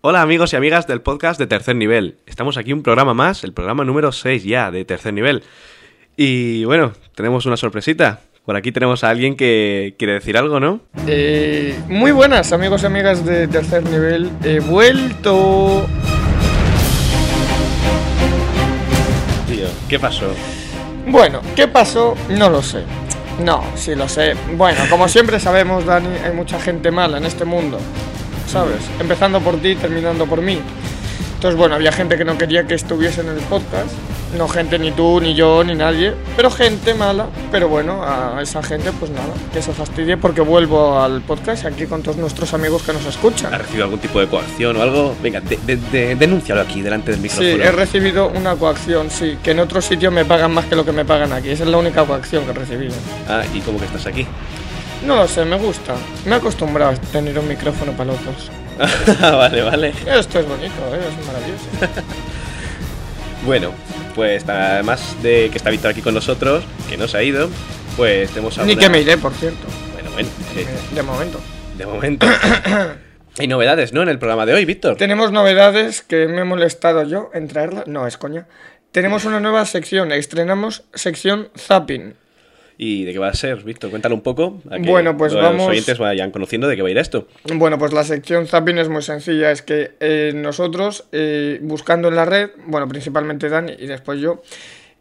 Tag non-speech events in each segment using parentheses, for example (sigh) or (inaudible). Hola amigos y amigas del podcast de Tercer Nivel. Estamos aquí un programa más, el programa número 6 ya de Tercer Nivel. Y bueno, tenemos una sorpresita. Por aquí tenemos a alguien que quiere decir algo, ¿no? Eh, muy buenas amigos y amigas de tercer nivel. He vuelto. Tío, ¿qué pasó? Bueno, ¿qué pasó? No lo sé. No, sí lo sé. Bueno, como siempre sabemos, Dani, hay mucha gente mala en este mundo. ¿Sabes? Empezando por ti, terminando por mí. Entonces, bueno, había gente que no quería que estuviese en el podcast. No gente ni tú, ni yo, ni nadie. Pero gente mala. Pero bueno, a esa gente, pues nada, que se fastidie porque vuelvo al podcast y aquí con todos nuestros amigos que nos ¿Ha escuchan. recibido algún tipo de coacción o algo? Venga, de- de- de- denúncialo aquí, delante del Sí, micrófono. he recibido una coacción, sí, que en otro sitio me pagan más que lo que me pagan aquí. Esa es la única coacción que he recibido. ah, ¿y cómo que estás aquí? (laughs) No lo sé, me gusta. Me he acostumbrado a tener un micrófono para los dos. Ah, vale, vale. Esto es bonito, ¿eh? es maravilloso. Bueno, pues además de que está Víctor aquí con nosotros, que no se ha ido, pues tenemos a Ni una- que me iré, por cierto, Bueno, bueno, eh, eh, de momento. de (coughs) momento. Hay novedades, ¿no? En el programa de hoy, Víctor. Tenemos novedades que me he molestado yo en traerlas. No, es coña. Tenemos una nueva sección, estrenamos sección Zapping. ¿Y de qué va a ser, Víctor? Cuéntalo un poco. a que Bueno, pues los vamos- oyentes vayan conociendo de qué va a ir esto. Bueno, pues la sección Zapping es muy sencilla, es que eh, nosotros, eh, buscando en la red, bueno, principalmente Dani y después yo,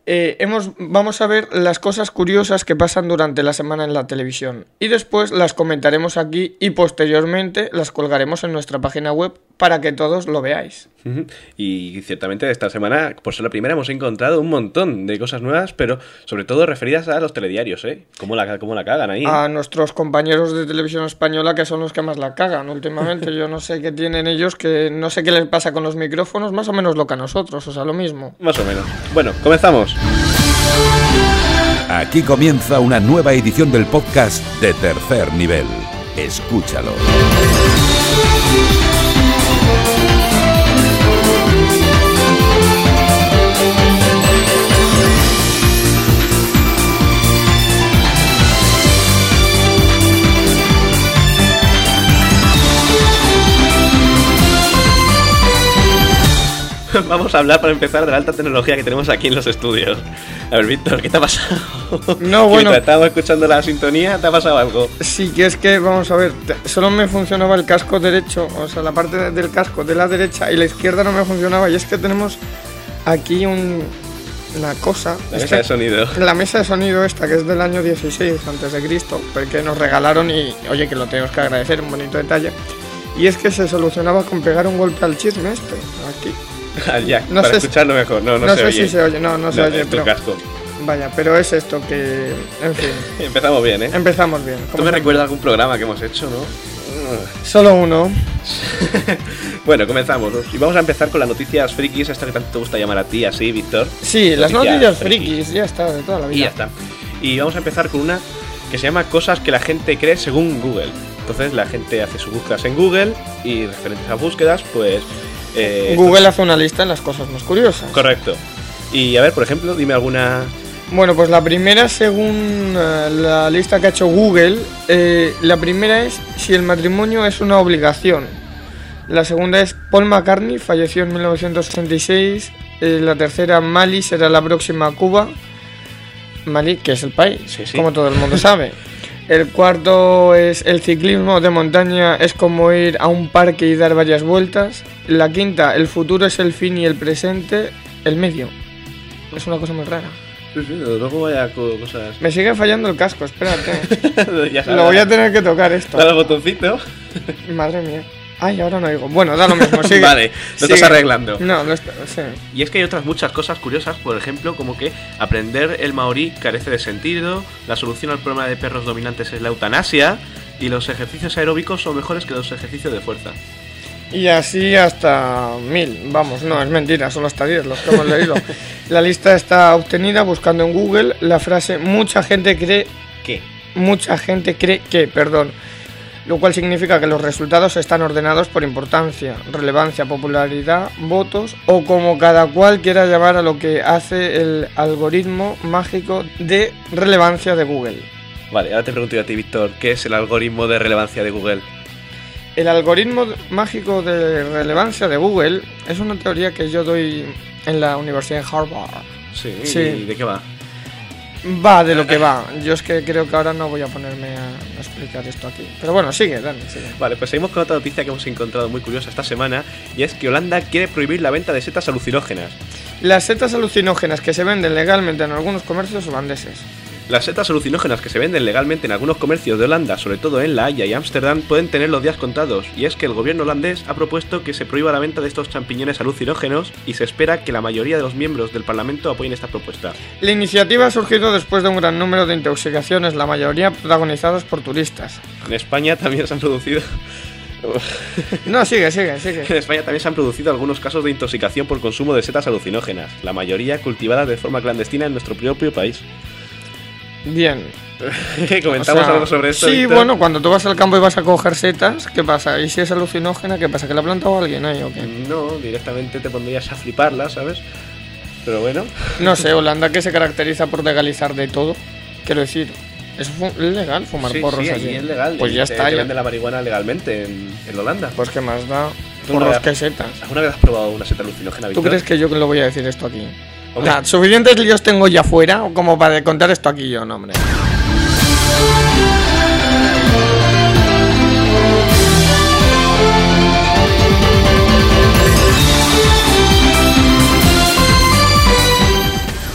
eh, hemos, vamos a ver las cosas curiosas que pasan durante la semana en la televisión y después las comentaremos aquí y posteriormente las colgaremos en nuestra página web para que todos lo veáis. Ujú. Y ciertamente esta semana, por ser la primera, hemos encontrado un montón de cosas nuevas, pero sobre todo referidas a los telediarios, ¿eh? ¿Cómo la, cómo la cagan ahí? A nuestros compañeros de televisión española que son los que más la cagan últimamente. Yo no sé qué tienen ellos, que no sé qué les pasa con los micrófonos, más o menos lo que a nosotros, o sea, lo mismo. Más o menos. Bueno, comenzamos. (laughs) Aquí comienza una nueva edición del podcast de tercer nivel. Escúchalo. Vamos a hablar para empezar de la alta tecnología que tenemos aquí en los estudios. A ver, Víctor, ¿qué te ha (laughs) pasado? (laughs) No, bueno. Mientras estábamos escuchando la sintonía, ¿te ha pasado algo? Sí, que es que, vamos a ver, te- solo me funcionaba el casco derecho, o sea, la parte de- del casco de la derecha y la izquierda no me funcionaba. Y es que tenemos aquí un, una cosa. La es mesa de que- sonido. (laughs) La mesa de sonido esta, que es del año 16 antes de Cristo, porque nos regalaron y, oye, que lo tenemos que agradecer, un bonito detalle. Y es que se solucionaba con pegar un golpe al chisme este, aquí. Al jack, No Ah, para sé si- escucharlo mejor. No, no, No se sé oye. si se oye, no, no, se No, oye, en tu pero... casco. Vaya, pero es esto que... En (laughs) fin, Empezamos bien, ¿eh? empezamos bien. Tú como me siempre. recuerdas algún programa que hemos hecho, ¿no? Solo uno. Bueno, comenzamos. Y vamos a empezar con las noticias frikis, esta que tanto te gusta llamar a ti, así, Víctor. Sí, las Noticias noticias frikis. frikis, ya está, de toda la Y ya vida. está. Y vamos a empezar con una que se llama Cosas que la gente cree según Google. Entonces la gente hace sus búsquedas en Google y referentes a búsquedas, pues... eh, Google hace una lista de las cosas más curiosas. Correcto. Y a ver, por ejemplo, dime alguna... Bueno, pues la primera, según eh, la lista que ha hecho Google, eh, la primera es si el matrimonio es una obligación. La segunda es Paul McCartney, falleció en 1986. Eh, la tercera, Mali, será la próxima a Cuba. Mali, que es el país, Sí, sí. como todo el mundo sabe. El cuarto es el ciclismo de montaña es como ir a un parque y dar varias vueltas. La quinta, el futuro es el fin y el presente, el medio. Es una cosa muy rara. Luego vaya cosas... Me sigue fallando el casco, espérate. (laughs) ya Lo voy a tener que tocar esto. Dale al botoncito. Madre mía. Ay, ahora no digo. Bueno, da (laughs) lo mismo, Pues sigue. Vale, lo Sigue. estás arreglando. No, no está, sí. Y es que hay otras muchas cosas curiosas, por ejemplo, como que aprender el maorí carece de sentido, la solución al problema de perros dominantes es la eutanasia, y los ejercicios aeróbicos son mejores que los ejercicios de fuerza. Y así hasta mil. Vamos, no, es mentira, solo hasta diez los que (laughs) hemos leído. La lista está obtenida buscando en Google la frase mucha gente cree, ¿Qué? mucha gente cree que, perdón. Lo cual significa que los resultados están ordenados por importancia, relevancia, popularidad, votos o como cada cual quiera llamar a lo que hace el algoritmo mágico de relevancia de Google. Vale, ahora te pregunto yo a ti, Víctor, ¿qué es el algoritmo de relevancia de Google? El algoritmo mágico de relevancia de Google es una teoría que yo doy en la Universidad de Harvard. Sí, Sí. ¿y de qué va? Va de lo que va. Yo es que creo que ahora no voy a ponerme a a explicar esto aquí. Pero bueno, sigue, Dani, sigue. Vale, pues seguimos con otra noticia que hemos encontrado muy curiosa esta semana y es que Holanda quiere prohibir la venta de setas alucinógenas. Las setas alucinógenas que se venden legalmente en algunos comercios holandeses. Las setas alucinógenas que se venden legalmente en algunos comercios de Holanda, sobre todo en La Haya y Ámsterdam, pueden tener los días contados, y es que el gobierno holandés ha propuesto que se prohíba la venta de estos champiñones alucinógenos y se espera que la mayoría de los miembros del Parlamento apoyen esta propuesta. La iniciativa ha surgido después de un gran número de intoxicaciones, la mayoría protagonizadas por turistas. (laughs) En España también se han producido (laughs) No, sigue, sigue, sigue. En España también se han producido algunos casos de intoxicación por consumo de setas alucinógenas, la mayoría cultivadas de forma clandestina en nuestro propio país. (laughs) Bien. o ¿Comentamos sea, algo sobre esto? Sí, Víctor? bueno, cuando tú vas al campo y vas a coger setas, ¿qué pasa? ¿Y si es alucinógena? ¿Qué pasa? ¿Que la ha plantado alguien ahí o qué? No, directamente te pondrías a fliparla, ¿sabes? Pero bueno. No sé, Holanda que se caracteriza por legalizar de todo. Quiero decir, es fu- legal fumar sí, porros sí, allí. allí es legal. Pues y ya te- está, te ya. venden la marihuana legalmente en, en Holanda. Pues qué más da Tú no porros la- que setas. ¿Alguna vez has probado una seta alucinógena, ¿Tú Víctor? crees que yo lo voy a decir esto aquí? O Hombre. sea, suficientes líos tengo ya afuera como para contar esto aquí yo, no, hombre.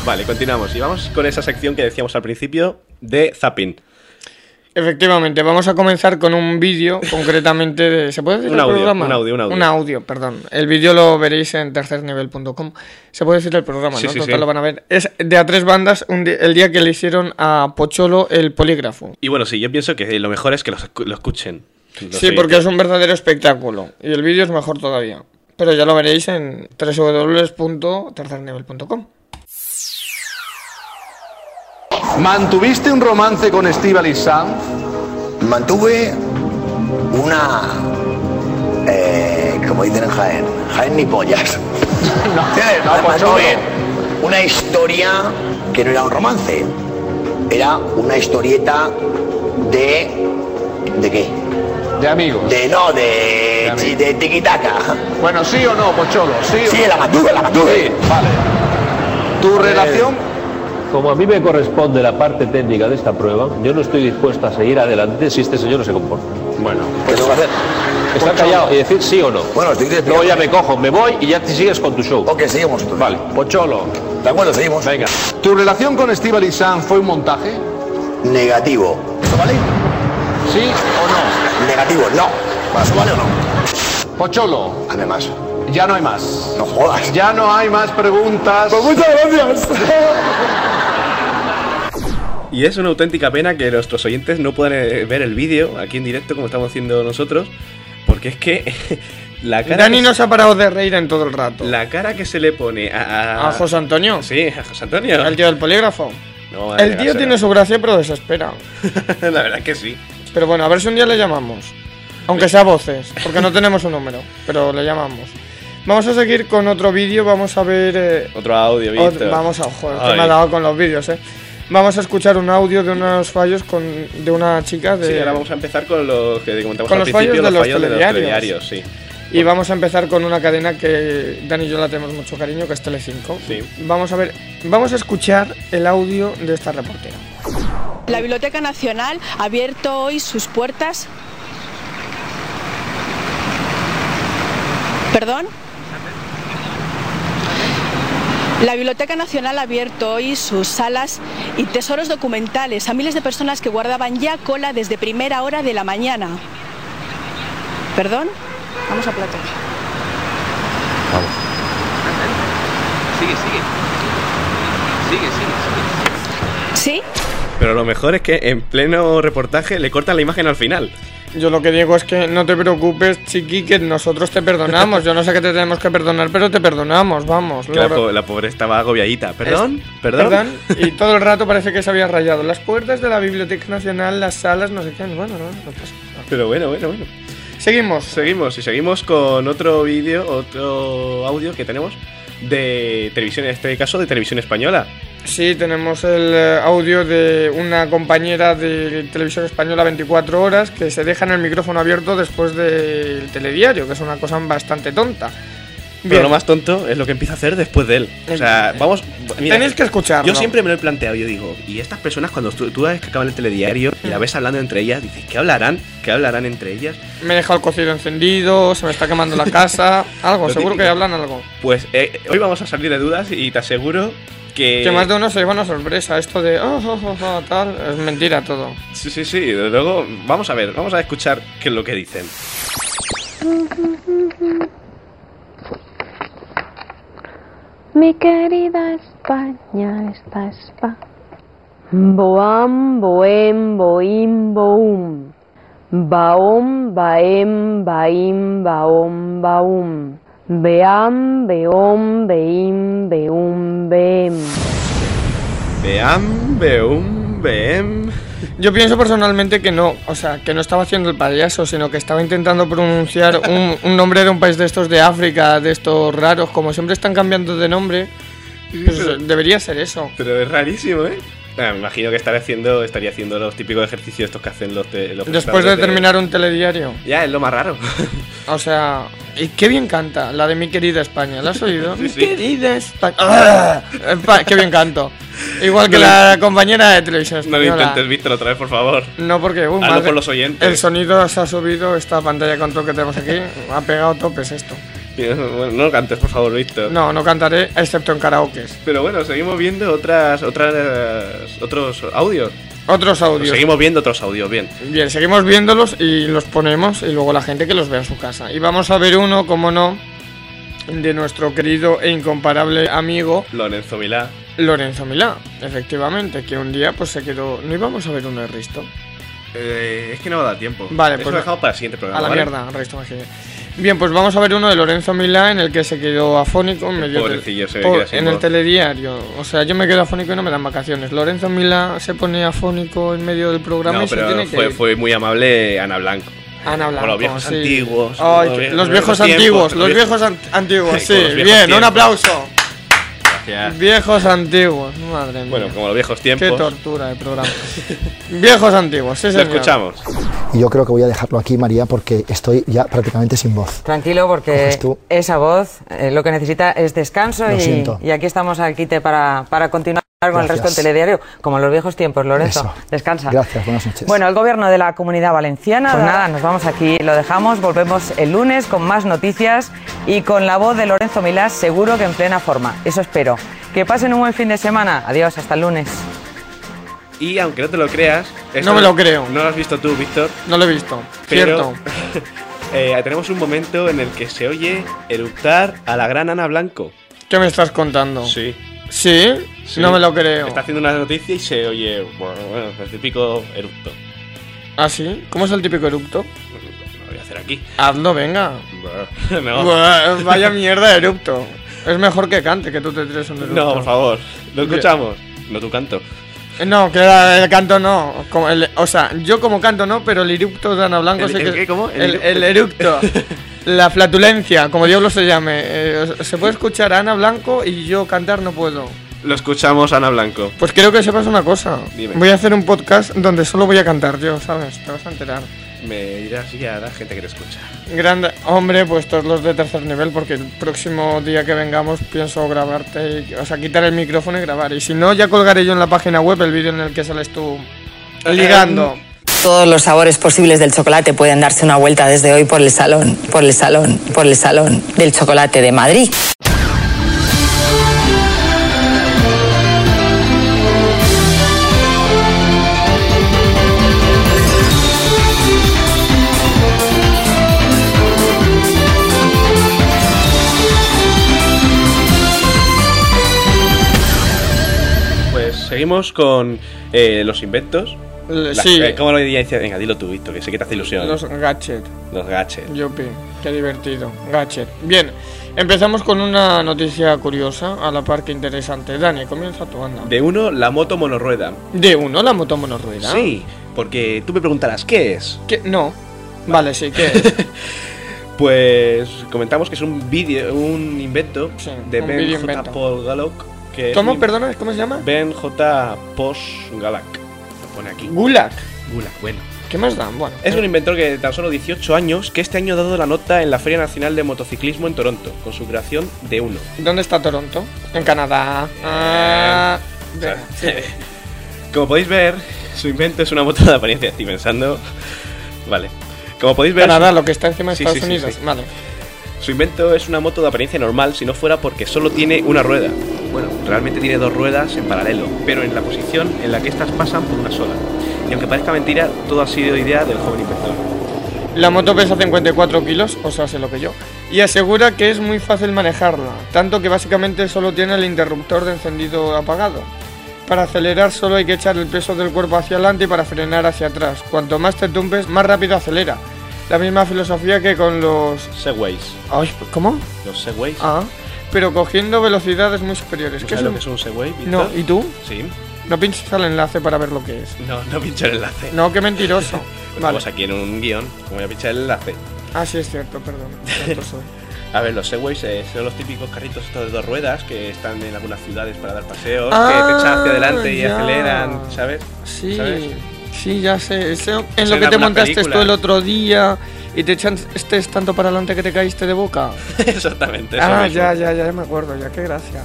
Vale, continuamos. Y vamos con esa sección que decíamos al principio de zapping. Efectivamente, vamos a comenzar con un (laughs) vídeo, concretamente de... ¿Se puede decir Un el audio, programa? un audio, un audio. perdón. El vídeo lo veréis en tercernivel.com. Se puede decir el programa, Sí, ¿no? sí, Total, sí. lo van a ver. Es de a tres bandas un di- el día que le hicieron a Pocholo el polígrafo. Y bueno, sí, yo pienso que lo mejor es que lo, escu- lo escuchen. Lo Sí, sé. porque es un verdadero espectáculo. Y el vídeo es mejor todavía. Pero ya lo veréis en www.tercernivel.com. ¿Mantuviste un romance con Steve Sam? mantuve una. eh, como dicen en Jaén, Jaén ni (laughs) pollas. Eh, ¿Entiendes? no, pues no. mantuve una historia que no era un romance, era una historieta de. ¿De qué? De amigos. De no, de. De de tiquitaca. Bueno, sí o no, Pocholo, sí o Sí, la mantuve, la mantuve. Vale. Eh, ¿Tu relación? Como a mí me corresponde la parte técnica de esta prueba, yo no estoy dispuesto a seguir adelante si este señor no se comporta. Bueno. ¿Qué tengo que hacer? Está callado y decir sí o no. Bueno, estoy Luego despierto. ya me cojo, me voy y ya te sigues con tu show. Ok, seguimos. entonces. Vale, Pocholo, De acuerdo, seguimos. venga. ¿Tu relación con Steve Sam fue un montaje? Negativo. ¿Eso vale? ¿Sí o Negativo, no. ¿Eso vale o no? no? Pocholo, Hazme más. ya no hay más. No jodas. Ya no hay más preguntas. muchas gracias. Y es una auténtica pena que nuestros oyentes no puedan eh, ver el vídeo aquí en directo como estamos haciendo nosotros, porque es que (laughs) la cara, Dani que, no se ha parado de reír en todo el rato. la cara que se le pone a, A José Antonio, Sí, a José Antonio. el tío del polígrafo. No, vale, El tío o sea, tiene su gracia, pero desespera. (laughs) la verdad que sí. Pero bueno, a ver si un día le llamamos. Aunque sea voces, porque no tenemos un número, pero le llamamos. Vamos a seguir con otro vídeo, vamos a ver... eh, Otro audio, ot- Víctor. vamos a... Joder, que Ay. me ha dado con los vídeos, eh. Vamos a escuchar un audio de unos fallos con, de una chica de... Sí, ahora vamos a empezar con los que comentamos Eh, al con los fallos principio, de los fallos de los telediarios. telediarios, sí. Y vamos a empezar con una cadena que Dani y yo la tenemos mucho cariño, que es Telecinco. Sí. Vamos a ver, vamos a escuchar el audio de esta reportera. La Biblioteca Nacional ha abierto hoy sus puertas. ¿Perdón? La Biblioteca Nacional ha abierto hoy sus salas y tesoros documentales a miles de personas que guardaban ya cola desde primera hora de la mañana. ¿Perdón? Vamos a plato. ¿Sí? Pero lo mejor es que en pleno reportaje le cortan la imagen al final. Yo lo que digo es que no te preocupes, chiqui, que nosotros te perdonamos. Yo no sé que te tenemos que perdonar, pero te perdonamos, vamos. Que la, Lo- po- la pobre estaba agobiadita. ¿Perdón? ¿Perdón? Perdón. Y todo el rato parece que se había rayado las puertas de la Biblioteca Nacional, las salas, no sé qué. Bueno, no, no pasa nada. Pero bueno, bueno, bueno. Seguimos. Seguimos y seguimos con otro vídeo, otro audio que tenemos de televisión, en este caso de televisión española. Sí, tenemos el eh, audio de una compañera de Televisión Española 24 Horas que se deja en el micrófono abierto después del telediario, que es una cosa bastante tonta. Pero lo más tonto es lo que empieza a hacer después de él. O sea, Bien. vamos. mira, Eh, Tenéis que escucharlo. Yo siempre me lo he planteado, yo digo, y estas personas cuando tú, tú ves que acaban el telediario y la ves hablando entre ellas, dices, ¿qué hablarán? ¿Qué hablarán entre ellas? Me he dejado el cocido encendido, se me está quemando la (laughs) casa, algo, Lo seguro típico. que hablan algo. Pues eh, hoy vamos a salir de dudas y te aseguro que... Que más de uno se lleva una sorpresa, esto de oh, oh, oh, oh, tal, es mentira todo. Sí, sí, sí, desde luego, vamos a ver, vamos a escuchar qué es lo que dicen. Mi querida España, esta España. Boam, boem, boim, boum. Baom, baem, baim, baom, baum. Beam, beom, beim, beum, beem. Veam, veum, veem... Yo pienso personalmente que no, o sea, que no estaba haciendo el payaso, sino que estaba (laughs) intentando pronunciar un, un nombre de un país de estos de África, de estos raros, como siempre están cambiando de nombre, pues, pero- debería ser eso. Pero es rarísimo, ¿eh? Ah, me imagino que estará haciendo, estaría haciendo los típicos ejercicios estos que hacen los... te- los Después de presentadores terminar un telediario. Ya, es lo más raro. (laughs) O sea, y qué bien canta, la de mi querida España, ¿la has (laughs) oído? Sí, sí. Mi querida España. (laughs) ¡Ah! Espa- qué bien canto. Igual que No la compañera de televisión no lo española. intentes, Víctor, otra vez, por favor. No, porque uh, Hazlo por los oyentes. el sonido se ha subido, esta pantalla de control que tenemos aquí ha pegado topes esto. Bueno, no lo cantes, por favor, Víctor. No, no cantaré, excepto en karaokes. Pero bueno, seguimos viendo otras, otras, otros audios. Otros audios. Pues Seguimos viendo otros audios, bien. Bien, seguimos viéndolos y los ponemos y luego la gente que los vea en su casa. Y vamos a ver uno, como no, de nuestro querido e incomparable amigo Lorenzo Milá. Lorenzo Milá, efectivamente, que un día pues se quedó. No íbamos a ver un Risto. Eh, es que no va a dar tiempo. Vale, Eso lo pues va- dejamos para el siguiente programa. A la Ah, ¿vale? mierda, Risto Mejide. Bien, pues vamos a ver uno de Lorenzo Milá en el que se quedó afónico en medio del- pobrecillo, se po- queda sin en el voz. telediario. O sea, yo me quedo afónico y no me dan vacaciones. Lorenzo Milá se pone afónico en medio del programa No, y se tiene pero que fue, ir. fue muy amable Ana Blanco. Ana Blanco, Con los viejos sí. antiguos. Ay, con los viejos tiempos, antiguos, los viejos ant- antiguos, Sí, sí. con los viejos Bien, un tiempos. aplauso. Gracias. Viejos antiguos, madre mía. Bueno, como los viejos Qué tiempos. tortura de (laughs) programa. viejos antiguos, sí, Lo señor. escuchamos. Y yo creo que voy a dejarlo aquí, María, porque estoy ya prácticamente sin voz. Tranquilo, porque Coges tú. esa voz eh, lo que necesita es descanso Lo y, siento. y aquí estamos al quite para, para continuar con el Gracias. resto del telediario, como en los viejos tiempos, Lorenzo. Eso. Descansa. Gracias, buenas noches. Bueno, el gobierno de la Comunidad Valenciana. Pues nada, nos vamos aquí, lo dejamos, volvemos el lunes con más noticias y con la voz de Lorenzo Milás, seguro que en plena forma. Eso espero. Que pasen un buen fin de semana. Adiós, hasta el lunes. Y aunque no te lo creas. esto me lo creo. No lo has visto tú, Víctor. No lo he visto, Pero cierto. (laughs) eh, tenemos un momento en el que se oye eructar a la gran Ana Blanco. ¿Qué me estás contando? Sí. ¿Sí? Sí. No me lo creo. Está haciendo una noticia y se oye, bueno, bueno, el típico eructo. ¿Ah, sí? ¿Cómo es el típico eructo? No lo voy a hacer aquí. (laughs) Hazlo, venga. No, (laughs) Buah, Vaya mierda de eructo. Es mejor que cante, que tú te tires un eructo. no por favor, lo escuchamos. No tu canto. Eh, No, que el, el canto no. Como el- o sea, yo como canto no, pero el eructo de Ana Blanco ¿El- sé el que- qué? ¿Cómo? El, El el eructo. (laughs) La flatulencia, como diablo se llame. Eh, se puede escuchar a Ana Blanco y yo cantar no puedo. Lo escuchamos, Ana Blanco. Pues quiero que sepas una cosa. Dime. Voy a hacer un podcast donde solo voy a cantar yo, ¿sabes? Te vas a enterar. Me dirás ya a la gente que te escucha. Grande. Hombre, pues todos los de tercer nivel, porque el próximo día que vengamos pienso grabarte, y- o sea, quitar el micrófono y grabar. Y si no, ya colgaré yo en la página web el vídeo en el que sales tú Eh, ligando. Todos los sabores posibles del chocolate pueden darse una vuelta desde hoy por el salón, por el salón, por el salón del chocolate de Madrid. Pues seguimos con eh, los inventos. L- Las- sí, eh, ¿Cómo lo dirías? Venga, dilo tú, Víctor, que sé que te hace ilusión. los Los, gadgets. gaches. Yupi, qué divertido. Gadget. Bien, empezamos con una noticia curiosa, a la par que interesante. Dani, comienza tu anda. De, De uno, la moto monorrueda. uno, la moto monorrueda. Sí, porque tú me preguntarás, ¿qué es? (laughs) ¿Qué? No. Vale, sí, ¿qué es? Pues comentamos que es un vídeo, un invento de un Ben J. vídeo invento. Paul Galloc. Que es ¿Cómo? un- Perdona, ¿cómo se llama? Ben J. Pos Galak. Lo pone aquí. Gulak. Gulak, bueno. ¿Qué más dan? Bueno. Es un inventor que de tan solo 18 años, que este año ha dado la nota en la Feria Nacional de Motociclismo en Toronto, con su creación de uno. ¿Dónde está Toronto? En Canadá. Eh, Ah, venga, sí. Como podéis ver, su invento es una moto de apariencia, estoy pensando. Vale. Como podéis ver. Canadá, lo que está encima de Sí, Estados sí, sí, Unidos. sí. Vale. Su invento es una moto de apariencia normal si no fuera porque solo tiene una rueda. Bueno, realmente tiene dos ruedas en paralelo, pero en la posición en la que estas pasan por una sola. Y aunque parezca mentira, todo ha sido idea del joven inventor. La moto pesa 54 kilos, o sea, hace lo que yo, y asegura que es muy fácil manejarla, tanto que básicamente solo tiene el interruptor de encendido apagado. Para acelerar solo hay que echar el peso del cuerpo hacia adelante y para frenar hacia atrás. Cuanto más te tumbes, más rápido acelera. La misma filosofía que con los... Segways. Ay, ¿Cómo? Los Segways. Ah, pero cogiendo velocidades muy superiores. ¿Tú ¿Qué es sabes lo un- que es un Segway, Víctor? No, ¿y tú? Sí. No pinches al enlace para ver lo que es. No, no pincho el enlace. No, (laughs) qué mentiroso. Pues vale. Estamos aquí en un guión, como voy a pinchar el enlace. Ah, sí, es cierto, (laughs) perdón. Cierto soy. A ver, los Segways eh, son los típicos carritos estos de dos ruedas que están en algunas ciudades para dar paseos, que te echan hacia adelante y ya. aceleran, ¿sabes? (laughs) Sí, ¿Sabes? sí, ya sé. Ese- en lo en que te alguna montaste película. tú el otro día y te echan estés tanto para adelante que te caíste de boca. Exactamente. eso ah, mismo. ya, ya, ya me acuerdo, ya, qué gracia.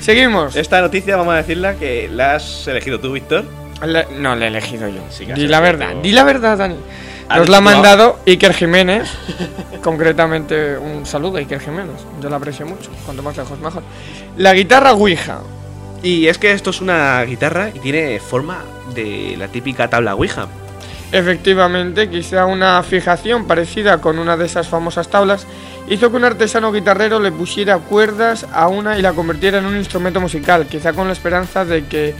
Seguimos. Esta noticia vamos a decirla que la has elegido tú, Víctor. La- no, la he elegido yo. Sí que has Di la elegido verdad, tú. di la verdad, Dani. Ha Nos la ha dicho- mandado Iker Jiménez. (laughs) Concretamente, un saludo a Iker Jiménez. Yo la aprecio mucho. Cuanto más lejos, mejor. La guitarra Ouija. Y es que esto es una guitarra y tiene forma de la típica tabla Ouija. Efectivamente, quizá una fijación parecida con una de esas famosas tablas hizo que un artesano guitarrero le pusiera cuerdas a una y la convirtiera en un instrumento musical, quizá con la esperanza de que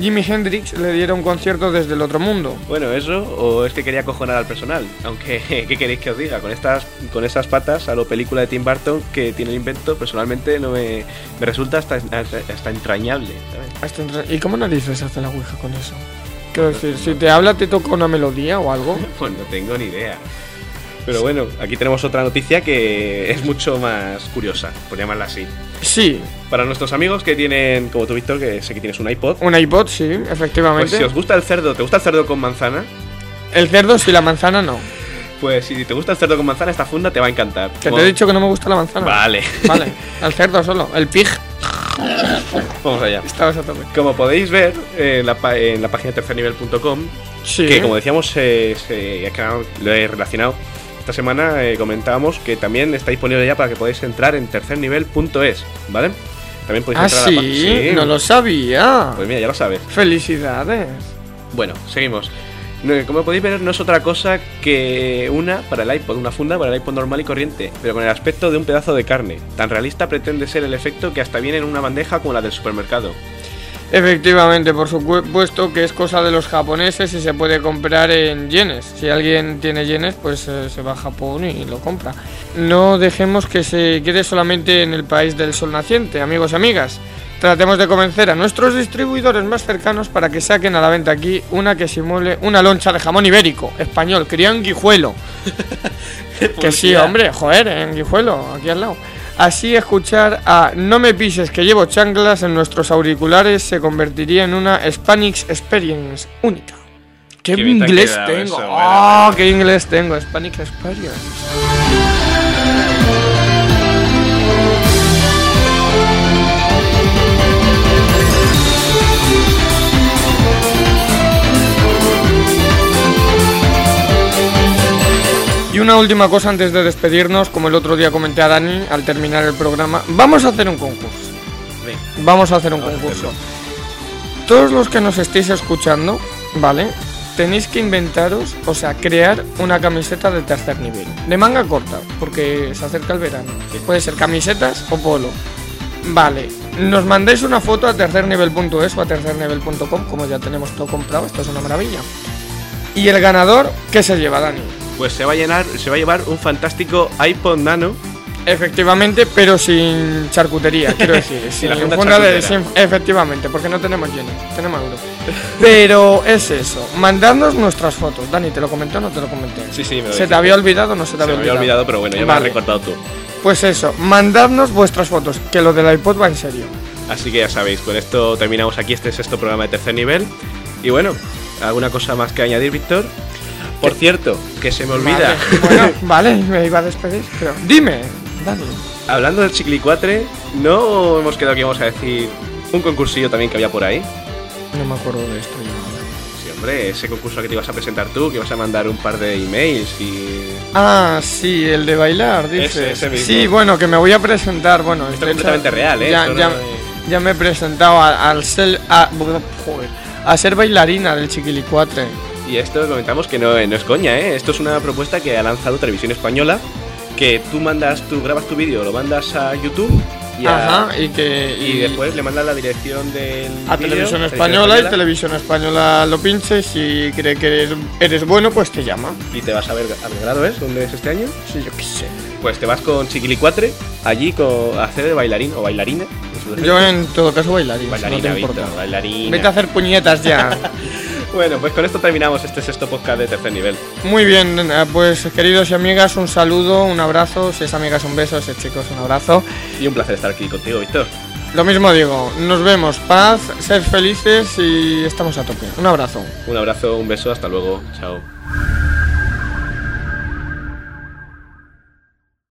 Jimi Hendrix le diera un concierto desde el otro mundo. Bueno, eso, o es que quería acojonar al personal. Aunque, (laughs) ¿qué queréis que os diga? Con estas con esas patas a lo película de Tim Burton que tiene el invento, personalmente no me, me resulta hasta, hasta, hasta entrañable. ¿sabes? (laughs) Hasta entra- ¿Y cómo narices hace la Ouija con eso? Quiero decir, si te habla te toca una melodía o (laughs) algo. Pues no tengo ni idea. Pero bueno, aquí tenemos otra noticia que es mucho más curiosa, por llamarla así. Sí, Para nuestros amigos que tienen, como tú, Víctor, que sé que tienes un iPod, un iPod, sí, pues si efectivamente. os gusta el cerdo, ¿te gusta el cerdo con manzana? El cerdo sí, la manzana no. Pues si te gusta el cerdo con manzana, esta funda te va a encantar. Que te Como- he dicho que no me gusta la manzana. Vale, (laughs) Vale, el cerdo solo, el pig. vamos allá. Estabas a tope. Como podéis ver eh, en la, pa- en la página tercernivel.com, Sí. que como decíamos, eh, se- es que no lo he relacionado. Esta semana eh, comentábamos que también está disponible ya para que podáis entrar en tercernivel.es, ¿vale? También podéis Ah, entrar a Pues la pa- sí, no lo sabía. Pues mira, ya lo sabes. Felicidades. Bueno, seguimos. No, Como podéis ver, no es otra cosa que una para el iPod, una funda para el iPod normal y corriente, pero con el aspecto de un pedazo de carne. Tan realista pretende ser el efecto que hasta viene en una bandeja como la del supermercado. Efectivamente, por supuesto que es cosa de los japoneses y se puede comprar en yenes. Si alguien tiene yenes, pues eh, se va a Japón y lo compra. No dejemos que se quede solamente en el país del sol naciente, amigos y amigas. Tratemos de convencer a nuestros distribuidores más cercanos para que saquen a la venta aquí una que simule una loncha de jamón ibérico, español, criado en Guijuelo. Que sí, hombre, joder, en Guijuelo, aquí al lado. Así escuchar a No me pises que llevo chanclas en nuestros auriculares se convertiría en una Hispanic Experience única. Qué ¡Qué, bien te ha inglés quedado tengo! eso, bueno, ¡Oh, qué inglés tengo! Hispanic Experience. Y una última cosa antes de despedirnos, como el otro día comenté a Dani al terminar el programa, vamos a hacer un concurso. Venga. Vamos a hacer un Vamos a concurso. Todos los que nos estéis escuchando, ¿vale? Tenéis que inventaros, o sea, crear una camiseta de tercer nivel. De manga corta, porque se acerca el verano. Puede ser camisetas o polo. Vale, nos mandáis una foto a tercernivel.es o a tercernivel.com, como ya tenemos todo comprado, esto es una maravilla. Y el ganador, ¿qué se lleva, Dani? Pues se va a llenar, se va a llevar un fantástico iPod Nano Efectivamente, pero sin (laughs) charcutería, quiero decir. Sin sin la funda funda de- charcutera. sin- efectivamente, porque no tenemos yenes, (laughs) tenemos euros. Pero es eso, mandadnos nuestras fotos. Dani, ¿te lo comenté o no te lo comenté? Sí, sí, me lo ¿Se dijiste. te había olvidado o no se te Se me había había olvidado? olvidado, pero bueno, ya me Vale, has recortado tú. Pues eso, mandadnos vuestras fotos, que lo del iPod va en serio. Así que ya sabéis, con esto terminamos aquí este sexto programa de tercer nivel. Y bueno, ¿alguna cosa más que añadir, Víctor? Por cierto, que se me olvida. Vale, bueno, (laughs) vale, me iba a despedir, pero dime, Dani. Hablando del chiclicuatre, ¿no hemos quedado que íbamos a decir un concursillo también que había por ahí? No me acuerdo de esto yo. Sí, hombre, ese concurso que te ibas a presentar tú, que vas a mandar un par de emails y... Ah, sí, el de bailar, dices. Ese, ese mismo. Sí, bueno, que me voy a presentar, bueno, Esto de es completamente hecho, real, ¿eh? Ya, Esto no ya- es- ya me he presentado a- al ser, a, joder, a ser bailarina del Chiquilicuatre. Y esto comentamos que no, no es coña, ¿eh? Esto es una propuesta que ha lanzado Televisión Española, que tú mandas, tú grabas tu vídeo, lo mandas a YouTube y, a- Ajá, y que y después le mandas la dirección del a vídeo, Televisión Española y Televisión Española lo pinches y cree que eres, eres bueno, pues te llama. y te vas a ver a Belgrado, ¿es? ¿Dónde es este año? Sí, yo qué sé. Pues te vas con Chiquilicuatre allí con, a hacer de bailarín o bailarina. en su Yo defecto. en todo caso bailarín, si no Bailarina, te importa. Víctor, bailarina. Vete a hacer puñetas (laughs) ya. Bueno, pues con esto terminamos este sexto podcast de tercer nivel. Muy bien, eh, pues queridos y amigas, un saludo, un abrazo, si es amigas un beso, si es chicos un abrazo. Y un placer estar aquí contigo, Víctor. Lo mismo digo, nos vemos, paz, ser felices y estamos a tope. Un abrazo. Un abrazo, un beso, hasta luego. Chao.